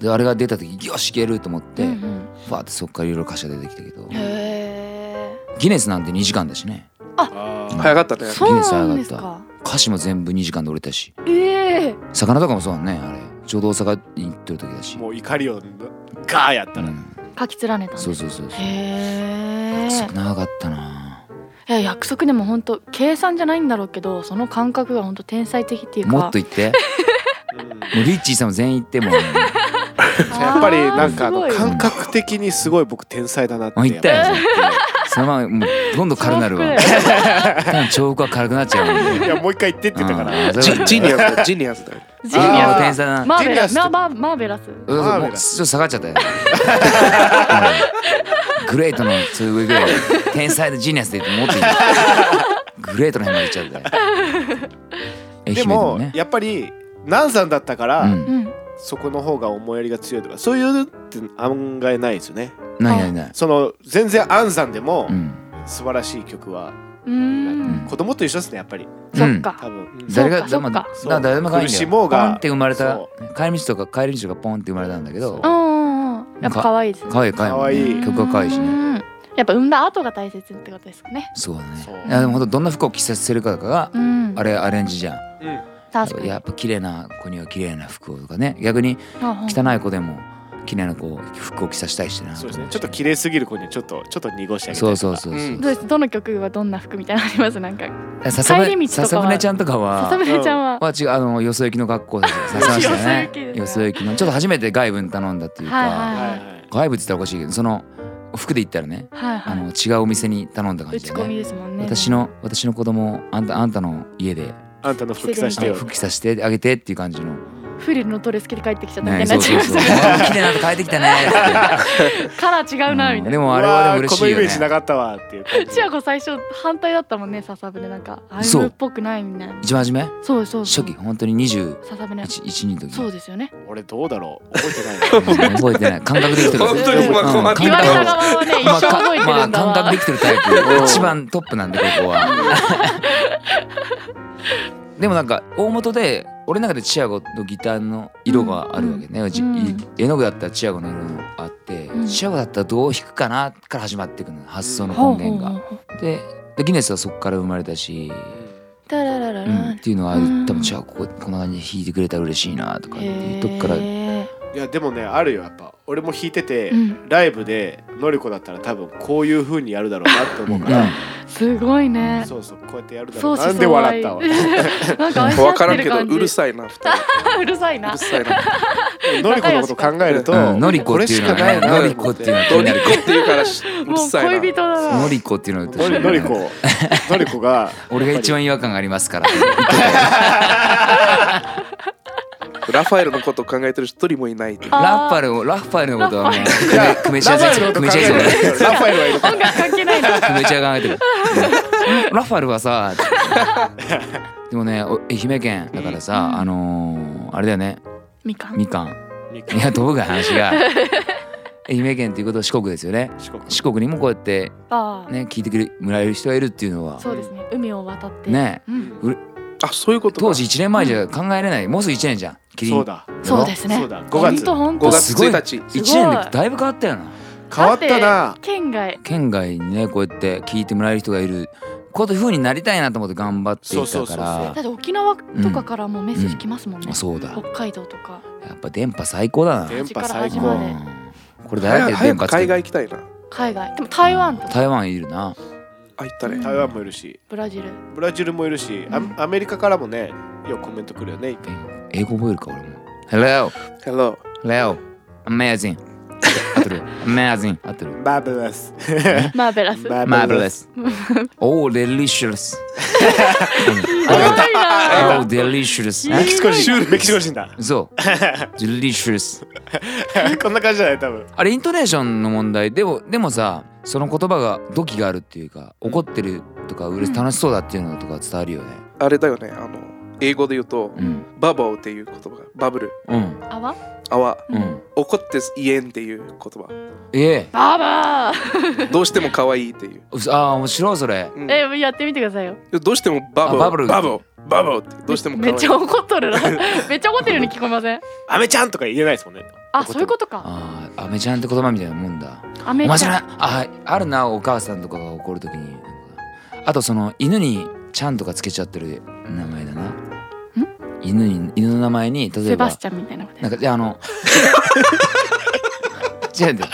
B: であれが出た時よしいけると思って、
E: うんうん
B: ファーってそっからいろいろ歌詞が出てきたけど
E: うんへえ
B: ギネスなんて2時間だしね
D: あ
B: ー
C: 早かったね
E: そうなんですか
B: 歌詞も全部2時間で折れたし
E: ええ
B: 魚とかもそうだねあれちょうど大阪に行ってる時だし
D: もう怒りをガーやった
B: う
D: ら、
B: ん、
E: 書き連ねたんだ
B: そうそうそうそう
E: へ
B: す
E: え
B: ごく長かったない
E: や約束でも本当計算じゃないんだろうけどその感覚が本当天才的っていうか
B: もっと行って
D: うん
B: もうリッチーさんも全員行って
E: <laughs>
B: もう
D: やっぱりなんかあ
E: あ
D: の
E: ーすごい
D: 感覚的にすごい僕天才だなって
B: もう行ったよ
D: やっぱり
B: そのままもうどんどん軽くなるわ
E: 重
B: 多分重複は軽くなっちゃうん
F: い
B: で
F: やもう一回言ってって言ったから
B: うん
C: ジジニアスだよジニアスだよ
E: ジ
F: ジ
E: ニ
F: ニ
B: あ
E: ア
B: あ
F: ア
B: 天才だな
E: マー
F: ジ
E: ベ
F: ニ
E: ラ
F: ア
E: ス
F: ス
E: なママーベラス
B: そうそうもうちょっと下がっちゃったようんグレートのそれ上ぐらい天才でジーニアスでってもっといいグレートの辺まで行っちゃったよ
D: でもやっぱり何さんだったから、
B: うん
E: うん
D: そこの方が思いやりが強いとかそういうのって案外ないですよね
B: ないないない
D: その全然アンさんでも
B: うん
D: 素晴らしい曲は、
E: うーん
D: 子供と一緒ですねやっぱり
E: そっか
D: 多分、
E: ん
B: 誰が
E: そっか
B: まあだ
D: そう
B: から誰もがいいん
D: 苦
B: だ
D: し
B: よ
D: もう
B: ポンっ
D: が
B: て生まれた
D: そ
B: 帰り道とか帰り道がポンって生まれたんだけど
E: うんうんうんやっぱ可愛いですね
B: 可愛い可愛い
D: 可愛い
B: 曲が可愛いし
E: う
B: ね
E: んやっぱ産んだ後が大切ってことですかね
B: そうだね
D: そう
B: いやでもほんとどんな服を着させるかが
E: うん
B: あれアレンジじゃん
D: うん
E: 確かに
B: やっぱ綺麗な子には綺麗な服をとかね逆に汚い子でも綺麗な子服を着させたいしな
D: そうですねちょっと綺麗すぎる子にちょっとちょっと濁してあげた
B: そ
D: り
B: う
D: とか
B: そうそうそううん
E: どうですどの曲はどんな服みたいなのありますなんか
B: 笹
E: 帰
B: 舟
E: り道とかは
B: 笹舟ちゃんとかは
E: 笹村ちゃんは
B: は違うあのよそ行きの学校で
E: <laughs>
B: 笹舟ちゃんねよ
E: よ
B: そ
E: そ
B: 行きのちょっと初めて外部に頼んだっていうか、
E: はいはい
D: はいはい
B: 外部って言ったらおかしいけどその服で行ったらね、
E: はい
B: あ
E: は
B: の違うお店に頼んだ
E: い
B: 感
E: 打
B: じ
E: ち
B: で
E: 込み
B: ね
E: ですもんね
B: 私の私の子供をあんたあんたの家で
D: あんたの服着させてよ
B: 服着させてあげてっていう感じの
E: フリルのドレス着て帰ってきちゃったみたい
B: ね
E: に
B: そ
E: なっ
B: う
E: ちゃい
B: そう
E: ま
B: そ
E: し
B: う
E: た
B: あー綺麗なとこ帰ってきたねって
E: <laughs> カラー違うなみ
B: うん
E: たい
B: で
E: な
B: もあれはでも嬉しいよ
D: うわーこのイメージな
B: ね
D: かったわっていう感じ
E: 千子最初反対だったもんね笹舟なんかアイ
B: そう
E: ムっぽくないみたいな
B: 一番初め
E: そうそうそ
B: 初
E: う
B: 期本当に2112
E: 笹舟
B: の時
E: そうですよね
D: 俺どうだろう覚えてないな
B: 覚えてない感覚で生きてる
C: 本
E: 当にまあ
B: うん
C: 困った
B: 感
E: 言われ
B: 覚
E: た側はね一
B: まあ
E: 生
B: か
E: 覚えて
B: ま
E: る
B: あ
E: んだ
B: 感覚
E: わ
B: できてるタイ
D: うん
B: プ一番トップなんでここは
E: <laughs>
B: でもなんか大元で俺の中でチアゴのギターの色があるわけね、じ
E: うん
B: 絵の具だったらチアゴの色があって、
E: うん
B: チアゴだったらどう弾くかなから始まっていくの発想の
E: ほう
B: 根
E: ほう
B: 源が。
E: ほう
B: ででギネスはそこから生まれたし、
E: タラララ
B: う
E: ラ
B: んっていうのはある
E: うん
B: 多分チアゴこここんな感じで弾いてくれたら嬉しいなとかっていうとこから
E: へ
D: いやでもねあるよやっぱ俺も弾いてて、
E: ーうん
D: ライブでのりこだったら多分こういう風にやるだろうなって思うか
B: うん
D: ら、
E: すごいね
D: そうそうこうやってやるだろ
E: 相
D: う
E: 思
D: ななんで笑
E: 相
D: ったわ
E: <laughs> なんか愛し合
C: 分
E: って
C: からん
E: る
C: けど
E: 感じ
C: うるさいな二人
E: うるさいうな
C: るさいな
D: のりこのこと考えると、
B: うんのりこっていうのはね
D: これしかないな
B: のりこっていうのは
C: ドリコっていうからしうる
E: もう
C: さい
E: 恋
C: な
E: 人だな
B: ノリコっていうのと
D: のりのり
B: <laughs>
D: このりこが
B: 俺が一番違和感がありますから
C: ラファエルのことを考えてる一人もいないっていう
E: あー
B: ラッパルをラッパルのことはもう
D: いや
B: 久米ちゃん
D: ラファエルの
B: 久
D: こと考
B: 米ち
D: え
B: ゃん
D: て
B: 久
D: るラファエルはいるから
E: 音楽関係ないな
B: 米ちゃんが考えてるうんラッパルは <laughs> さでもねお愛媛県だからさ、
E: うん
B: あのーあれだよね
E: みかん
B: みかんいや飛ぶから話 <laughs> が愛媛県っていうことは四国ですよね
D: 四国
B: 四国にもこうやって
E: ああ、
B: ね聞いてくれもらえる人がいるっていうのは
E: そうですね海を渡って
B: ね
E: うん
C: あそういうことか
B: 当時1年前じゃ考えれない、もうすぐ1年じゃん <laughs> キリン
D: そうだ
E: そうですね
D: そうだ5月
E: ほんと
C: 5
E: ほんと
C: 月1日
B: 1
E: すごい
B: 年でだいぶ変わったよな
D: 変わった
E: だ
D: な
E: って県外
B: 県外にねこうやって聞いてもらえる人がいるこういう風になりたいなと思って頑張ってい
D: そうそ
B: た
D: うそ
B: か
D: うそう
B: ら
E: だって沖縄とかからもメッセージ来ますもんね、
B: あそうだ
E: 北海道とか
B: やっぱ電波最高だな
D: 電波最
E: 端
B: う
E: ま
D: 高
E: で
B: んこれ誰だ
C: 早
B: け
C: く早
B: 電
C: く
B: 波つ
C: 海
B: けて
C: 外行きたいな
E: 海外でも台湾とか
B: 台湾いるな
C: あ行ったね
D: 台湾もいるし
E: ブラジル
D: ブラジルもいるしアアメリカからもねよくコメントくるよね
B: 英語覚えるか俺も Hello
C: Hello
B: Hello Amazing 合ってる Amazing 合ってる
D: マーベラス
E: マーベラス
D: マ
E: <laughs>
B: Marvelous Oh delicious
E: すごいな
B: Oh delicious
D: メキシコ人メキシコ人だ
B: そう Delicious <laughs>
D: こんな感じじゃない多分
B: あれイントネーションの問題でもでもさその言葉が度気があるっていうか怒ってるとかうれ
E: うん
B: 楽しそうだっていうのとか伝わるよね。
C: あれだよねあの英語で言うと
B: うん
C: ババオっていう言葉がバブル
B: うん
E: あわ
C: 泡
B: うん。
C: 怒って言えんっていう言葉
B: ええ
E: バーバー
C: どうしても可愛いっていう、
B: うそあー面白いそれ。
C: うん
E: えやってみてくださいよ
C: どうしてもバ
B: あ
C: バ
B: バ
C: バ
B: ブル
C: バオババオってどうしても可
E: めっ
C: 愛
E: ち
C: い
E: ゃ怒っ
B: <laughs>
E: とるなめっちゃ怒ってるように聞こえません
D: アメちゃんとか言えないですもんね
E: あそういうことか
B: ああアメちゃんって言葉みたいなもんだ。
E: ア
B: お
E: メ
B: 前
E: リ
B: じゃない
E: カ
B: あはいあるなお母さんとかが怒るときになんかあとその犬にちゃんとかつけちゃってる名前だな犬に犬の名前に例
E: セ
B: え
E: バ
B: ば
E: スチャンみたいなこと
B: な
E: や
B: んかじゃああの <laughs> 違うんだよ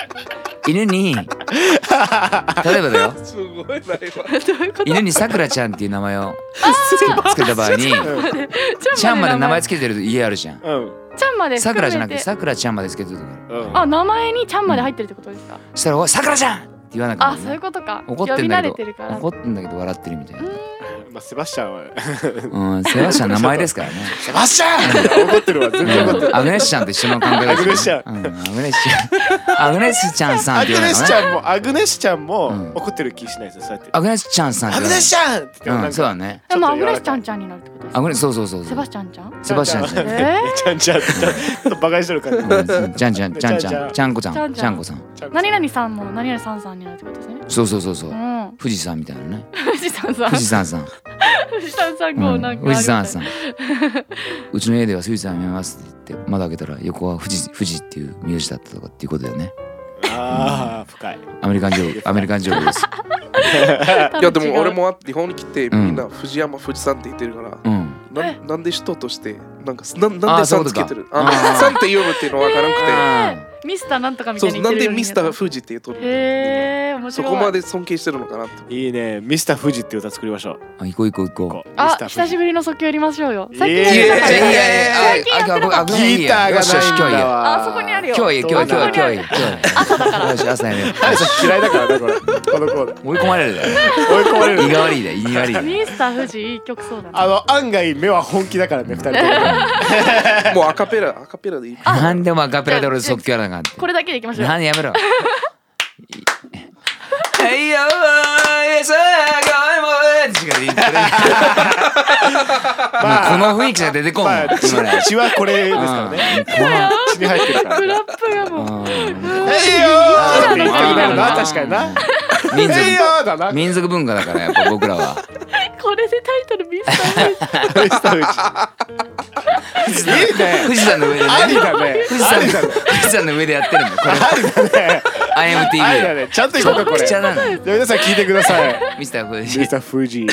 B: 犬に例えばだよ
C: すごいな
E: <laughs>
C: 今
E: どういうこと
B: 犬にさくらちゃんっていう名前をつけた場合
E: <laughs>
B: にちゃんまで名前つけてる家あるじゃん
D: うん
E: ちゃんまで
B: さく
E: 含め
B: ら
E: て
B: じゃなくてさくらちゃんまでつけてるとこ
D: うん
E: あ名前にちゃんまで入ってるってことですか
B: したら「おいさくらちゃん!」って言わなくな
E: あ
B: る
E: そういうことか
B: 怒
E: 呼
B: っ
E: び
B: てんだけ
E: 慣れ
B: ど
E: てるから
B: 怒ってんだけど笑ってるみたいな
D: まあセバスチャンは
B: うん世話者名前ですからね
D: セバスチャン <laughs> 怒ってるわ全然怒ってる
B: うんアグネスちゃんと一緒の感覚
D: アグネスちゃん
B: うんアグネスちゃんアグネスちゃんさんっ
D: ア
B: て
D: グ
B: 言わない
D: ネ
B: の
D: スち
B: ね
D: ゃんもアグネスちゃん
B: うん
D: も怒ってる気しないですよそうやって
B: アグネスちゃんさんっ
D: ア
B: て
D: グ
B: 言わな
D: ネ
B: いうん
D: スちゃんって言って
B: そう
D: なんか
B: だね
E: でもアグレスちゃんちゃんになるってことです
B: ア
E: か
B: グネスそうそうそう
E: セ
B: そう
E: バスチャンちゃん
B: セバスチャンさん
E: え
D: ちゃんちゃんってちょっと馬鹿にしてる感じ
B: うんちゃんちゃんちゃんち
D: ち
B: ゃ
D: ゃ
B: ん
D: ん
B: ちゃんこちゃ
E: ちゃ
B: ん
E: んちゃん
B: ちゃんこさん
D: ちゃん
E: ー
D: と
E: 何々さんも何々さんさんになるってことですね
B: そうそうそうそう
E: うん
B: 富士山みたいなね
E: 富士山さん
B: 富士山さん
E: 富士山さん
B: う
E: 号
B: ん
E: なんか
B: 富士山さ
E: ん
B: んうちの家では富士山見えますって言って窓開けたら横は富士富士っていう名字だったとかっていうことだよね
D: ああ深い
B: アメリカンジョークアメリカンジョークです
C: いやでも俺もあ日本に来て
B: うん
C: みんな藤山富士山って言ってるから、
B: うん
C: な
E: え
C: なんで人としてなんかなんな
B: あ
C: ん
B: ー
C: で
B: そ
C: さ
B: ういうんこ
C: つ
B: とか
C: けてる
B: あー
C: あさんって読むっていうのわからな
B: あ
E: ミスターなんとか
C: くて
E: みた
C: そ
E: いうに
C: なんでミスターが富士って言うとるの
E: へえ面
C: そ
E: 白い
C: こまで尊敬してるのかなって
D: いいねミスター富士っていう歌作りましょう
B: ー行こう行こう行こ
D: こ
B: う
D: う
E: あ久し
D: ぶ
E: ぶりの即興やりましょうよ
D: いえ
E: 最近
D: いえいえい
E: や
D: え
E: ったから
D: いえ
E: 最近やってなかった
B: あいい
D: ギ
B: や
D: ター
B: よしよし今
D: がな
B: 日いい
D: いんだ
B: や
D: わ
E: あそこにあるよ
B: 今日はいい今日はいい今日はいい今日はいい今日はいい
E: 朝だから
B: よし朝やめよ
D: あいつ嫌いだからねこれこのコーナ
B: う追い込まれるだよ
D: ー追い込まれ
B: 胃
D: る
B: が悪いだよ胃が悪いだよ
E: ミスター富士いい曲そうだ
D: あ
E: な
D: の案外目は本気だからね二人と
C: も
D: も
C: うアカペラアカペラでいい
B: なんでもアカペラで俺即興やらなあかんって
E: これだけでいきましょう
B: なんでやめろはいよーいさあこれもう違ういいこれもうこの雰囲気じゃ出てこんもん
D: まあ血
B: 今ね
D: 血はこれですからね血に入ってるから
E: クラップがもう
B: うん
D: えいよーって言いたくなるな
B: あー
D: 確かにな
B: 民
D: えいよ
B: 族
D: ーだなミ
B: 民族文化だからやっぱ僕らは
E: これでタイトルミスター富士
D: スター富士いいね
B: 富士山の上でね
D: ありだね
B: 富士山の富士山の上でやってるんだよこれ
D: ありだねありだ
B: IMTV
D: ねちゃんと行こうかこれ
B: 口
D: じ
B: 茶
D: ゃ
B: な
D: あ
B: のよ
D: 皆さん聞いてください
B: ミスター富士
D: ミスター富士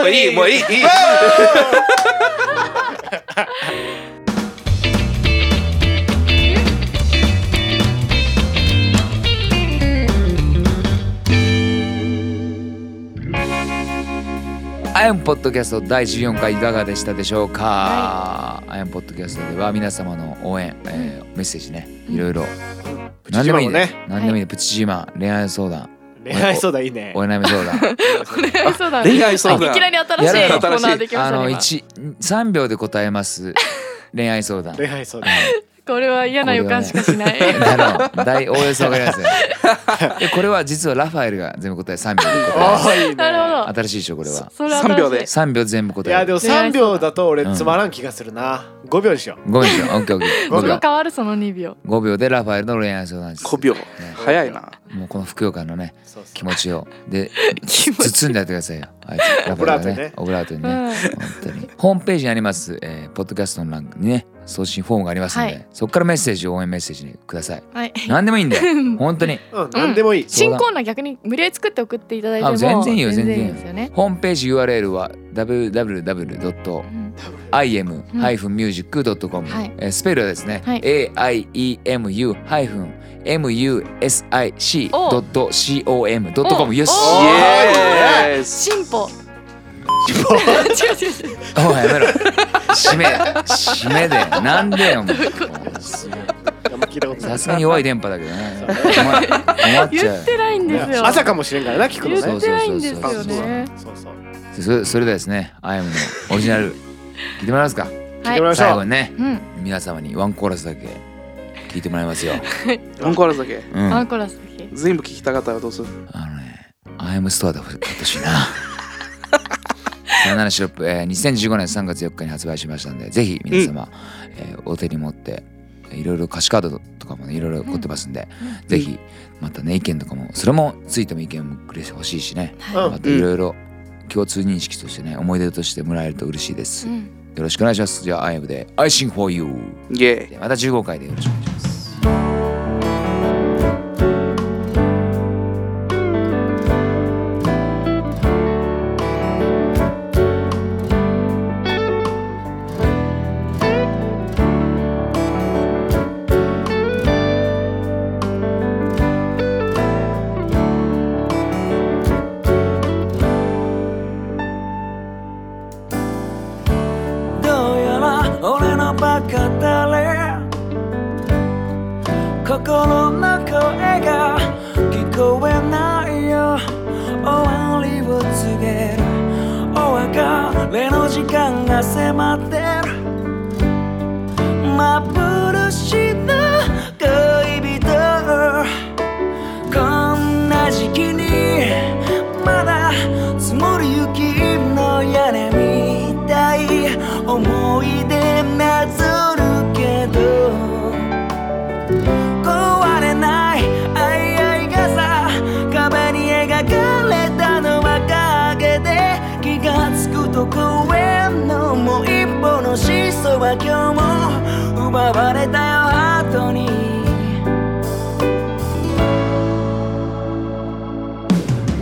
C: もういいもういいいい
B: アイアンポッドキャスト第14回いかがでしたでしょうか、アイアンポッドキャストでは皆様の応援、えーメッセージねいろいろ
D: プチジマも
B: ね
D: ね
B: 何でもいいねプチ自慢恋愛相談
D: 恋愛相談いいね
B: お悩み相談
E: 富士そうだね
C: 恋愛相
E: い
C: 談
E: きなり新しいコーナーできま
B: あ
E: した
B: の
E: ね
B: 一3秒で答えます恋愛相談
D: 恋愛相談
E: 今これは嫌な予感しかしない <laughs>
B: だろう大おおよそわかりますよでこれは実はラファエルが全部答え3秒で答えます
D: ああいいね
E: なるほど
B: 新しいでしょこれは
E: それは
C: 三秒で
E: 新し
B: 3秒全部
D: い
B: 答え
D: や
B: る
D: でも3秒だと俺つまらん気がするな5秒にしよう
B: 5秒でしょ OKOK
E: い
B: 5
E: その
B: 秒
E: 変わるその2秒
B: 5秒でラファエルの恋愛相談室
C: 5秒早いな
B: もうこのふくよかのね
D: そうそう
B: 気持ちをで包んでやってくださいよあいつラファエルがねオブラートに
E: う
B: ね
E: ん
B: 本当にホームページにあります、えーポッドキャストの欄にね送信フォームがありますので、
E: はい
B: そこからメッセージ応援メッセージください
E: はい
B: 何でもいいんだ
E: <laughs>
B: よ本当に
D: うん何でもいい
E: 新コーナー逆に無理やり作って送っていただいても
B: あ全然いいよ
E: 全然いい
B: 全然いいよ
E: ですよね
B: ホームページ URL は www.
E: うん
B: im-music.com、
E: はい
B: えースペルはですね、
E: はい
B: aiemu-music.com よし
E: お
C: イ
E: ー
C: エーイ
E: 進歩 <laughs> 違う違う違う
B: おいやめろ締め締めでなんでよもう
D: あんま聞いたことな
B: さ
D: い
B: すがに弱い電波だけどね困困っちゃ
E: 言ってないんですよ
D: 朝かもしれんからな聞くの
E: 言
D: ね
E: ってないんですよね
D: そうそう聞
B: うそそれではですね IM のオリジナル聞いてもらいますか
D: いてもらいまし
B: 最
D: ょ
B: 後
D: う
B: にね
E: うん
B: 皆様にワンコーラスだけ聞いてもらいますよ、
C: ワンコーラスだけ
B: うん、
E: ワ
B: あ
E: ンコーラスだけ
C: 全部聞きたかったらどうする
B: のね IM ストアで買ってほしいな <laughs> サヨナラシロップ、えー、2015年3月4日に発売しましたんでぜひ皆様、えーお手に持ってえーいろいろ歌詞カードとかもねいろいろ凝ってますんで、ぜひまたね意見とかもそれもついても意見もくれてほしいしね、
D: うん
B: またいろいろ共通認識としてね思い出としてもらえると嬉しいです、
E: うん
B: よろしくお願いしますじゃあ I'm で I sing for you
C: イエーイ
B: でまた15回でよろしくお願いします
G: どうやら俺のバカだれ心の声が聞こえないよ終わりを告げるお別れの時間が迫ってる幻の恋人こんな時期にまだ積もる雪の屋根みたい思い出なぞるけど壊れない愛愛がさ壁に描かれたのは影で気がつくと公園のもう一歩のシソは今日も奪われたよ後に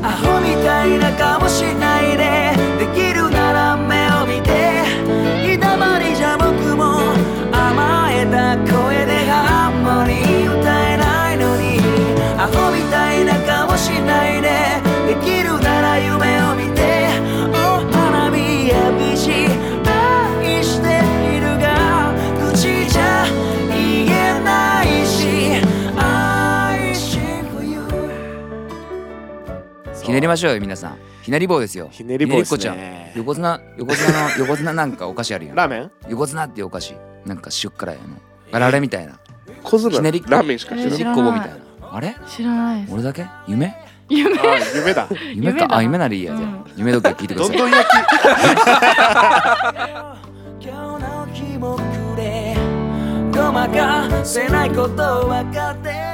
G: アホみたいな顔しないでできるなら目を見てひだまりじゃ僕も甘えた声でハーモニー歌えないのにアホみたいな顔しないでできるなら夢を見てお花見やビジ愛しているが口じゃ言えないし愛し for you
B: ひねりましょうよ皆さんひねり棒ですよ
A: ひねり棒ですね
B: ひねりっこちゃん横綱横綱の <laughs> 横綱なんかお菓子あるやん
A: ラーメン
B: 横綱っていうお菓子なんか塩辛いのあられみたいな
C: 小綱
B: ひねり
C: ラーメンしか
B: ひ
C: し
B: ね
C: て
B: り
C: な
B: っ
C: い
E: 知ら
B: こ棒
E: ない
B: みたいなあれ
E: 知らないです
B: 俺だけ夢
E: 夢
A: あ夢
D: <laughs>
A: だ
B: 夢
E: 夢だ
B: かあ夢ならいいやじゃあ夢時計聞いてくだ
A: どん
B: さい
A: どん焼き
G: 今日の日も暮れごまかせないことを分かってる